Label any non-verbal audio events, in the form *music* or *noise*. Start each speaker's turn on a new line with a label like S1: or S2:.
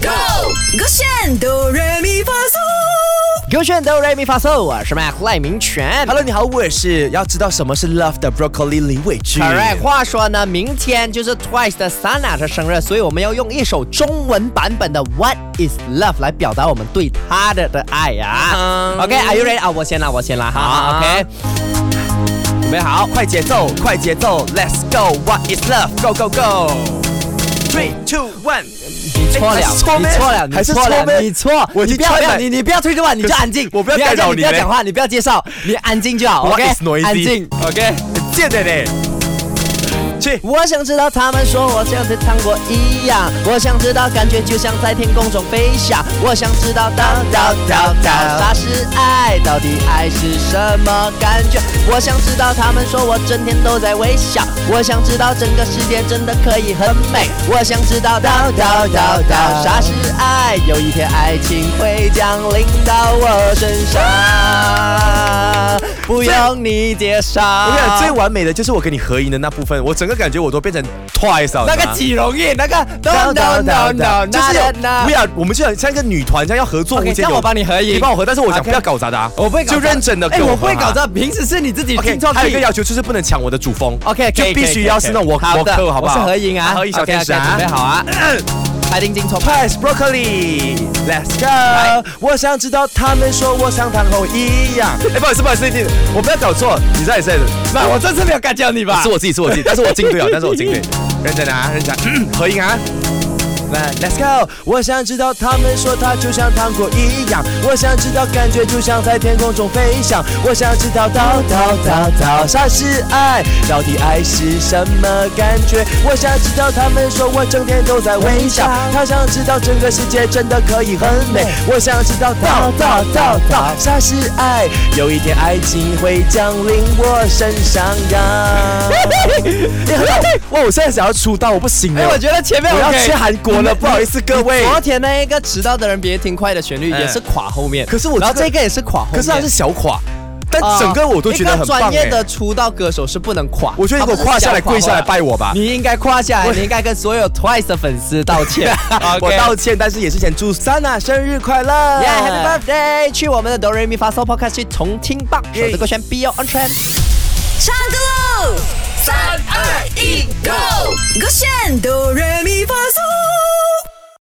S1: Go，我选哆瑞咪发嗦。
S2: 勾选哆来咪发嗦，我是 Mac 赖明全。
S3: Hello，你好，我也是要知道什么是 Love 的 Broccoli 李伟俊。
S2: Correct，话说呢，明天就是 Twice 的 Sana 的生日，所以我们要用一首中文版本的 What is Love 来表达我们对他的的爱呀、
S3: 嗯啊哎
S2: OK，Are、you ready 啊？我先啦，我先啦，好
S3: 好
S2: 好，OK。
S3: 准备好，快节奏，快节奏，Let's go，What is love？Go go go！Three two one，
S2: 你错了，
S3: 哎还是错
S2: 你
S3: 咩
S2: 错了，
S3: 还
S2: 你
S3: 是
S2: 错
S3: 错咩
S2: 了，你错，
S3: 我已
S2: 你
S3: 经
S2: 不要不
S3: 错了
S2: 要，你你不要推着我，你就安静，
S3: 我不要
S2: 你
S3: 干扰
S2: 你
S3: 你
S2: 不要
S3: 嘞
S2: 讲话，你不要介绍，你安静就好
S3: What
S2: ，OK，
S3: is noisy？
S2: 安静。
S3: OK，贱的嘞，去。
S2: 我想知道他们说我像在糖果一样，我想知道感觉就像在天空中飞翔，我想知道到到到到啥是爱，到底爱是什么感觉？我想知道他们说我整天都在微笑，我想知道整个世界真的可以很美，我想知道到到到到啥是爱，有一天爱情会降临到我身上，不用你介绍。
S3: 我跟你讲，最完美的就是我跟你合音的那部分，我整个感觉我都变成 twice 了。
S2: 那个
S3: 几
S2: 几容易，那个 no
S3: 当
S2: no
S3: 当
S2: no
S3: 当
S2: no，
S3: 当，就是有
S2: no
S3: 不要，我们就像像一个女团这样要合作
S2: OK，
S3: 无
S2: 这
S3: 间
S2: 样我帮你合影
S3: 你帮我合，但是我讲
S2: OK
S3: 不要搞砸的啊，
S2: 我不会搞砸，
S3: 就认真的
S2: 哎，
S3: 给我合啊。
S2: 我不会搞砸，平时是你自己
S3: OK，
S2: 听错
S3: 还有一个
S2: 题。
S3: 要求就是不能抢我的主风
S2: OK，
S3: 就
S2: 可以
S3: 必须要是那种我
S2: 好
S3: 我
S2: 的，
S3: 克，好不好？
S2: 我是合影啊，
S3: 合影小天使啊
S2: OK，OK，准备好啊，排定金错拍。
S3: Price broccoli，Let's go！我想知道他们说我像唐红一样。哎，不好意思，不好意思，你我不要搞错，你在在
S2: 那我这次没有干掉你吧
S3: 是？我自己，是我自己，但是我进队了，啊但是我进队，认真啊，认真啊，合影啊。来，Let's go！我想知道他们说他就像糖果一样，我想知道感觉就像在天空中飞翔，我想知道到到到到啥是爱，到底爱是什么感觉？我想知道他们说我整天都在微笑，他想知道整个世界真的可以很美，我想知道到到到到啥是爱，有一天爱情会降临我身上呀。你很好哇，我现在想要出道，我不行了
S2: 哎，我觉得前面
S3: 我要
S2: OK
S3: 去韩国了，不好意思各位。
S2: 昨天那一个迟到的人别听快的旋律
S3: 哎
S2: 也是垮后面，
S3: 可是我
S2: 然后
S3: 这个
S2: 这个也是垮后面，
S3: 可是它是小垮，但
S2: 啊
S3: 整个我都觉得
S2: 一
S3: 很
S2: 个
S3: 棒
S2: 专业
S3: 哎。
S2: 的出道歌手是不能垮，
S3: 我觉得你给我胯下来跪下来拜我吧，。
S2: 你应该胯下来，你应该跟所有 Twice 的粉丝道 *laughs* 歉
S3: 啊我道歉，但是也是先祝 Sana 生日快乐。
S2: Yeah，Happy Birthday！去我们的哆瑞咪发嗦 Podcast 去重听吧，守着歌选 Be Your On Trend。
S1: 唱歌喽！三二一，Go！我选哆瑞咪发嗦。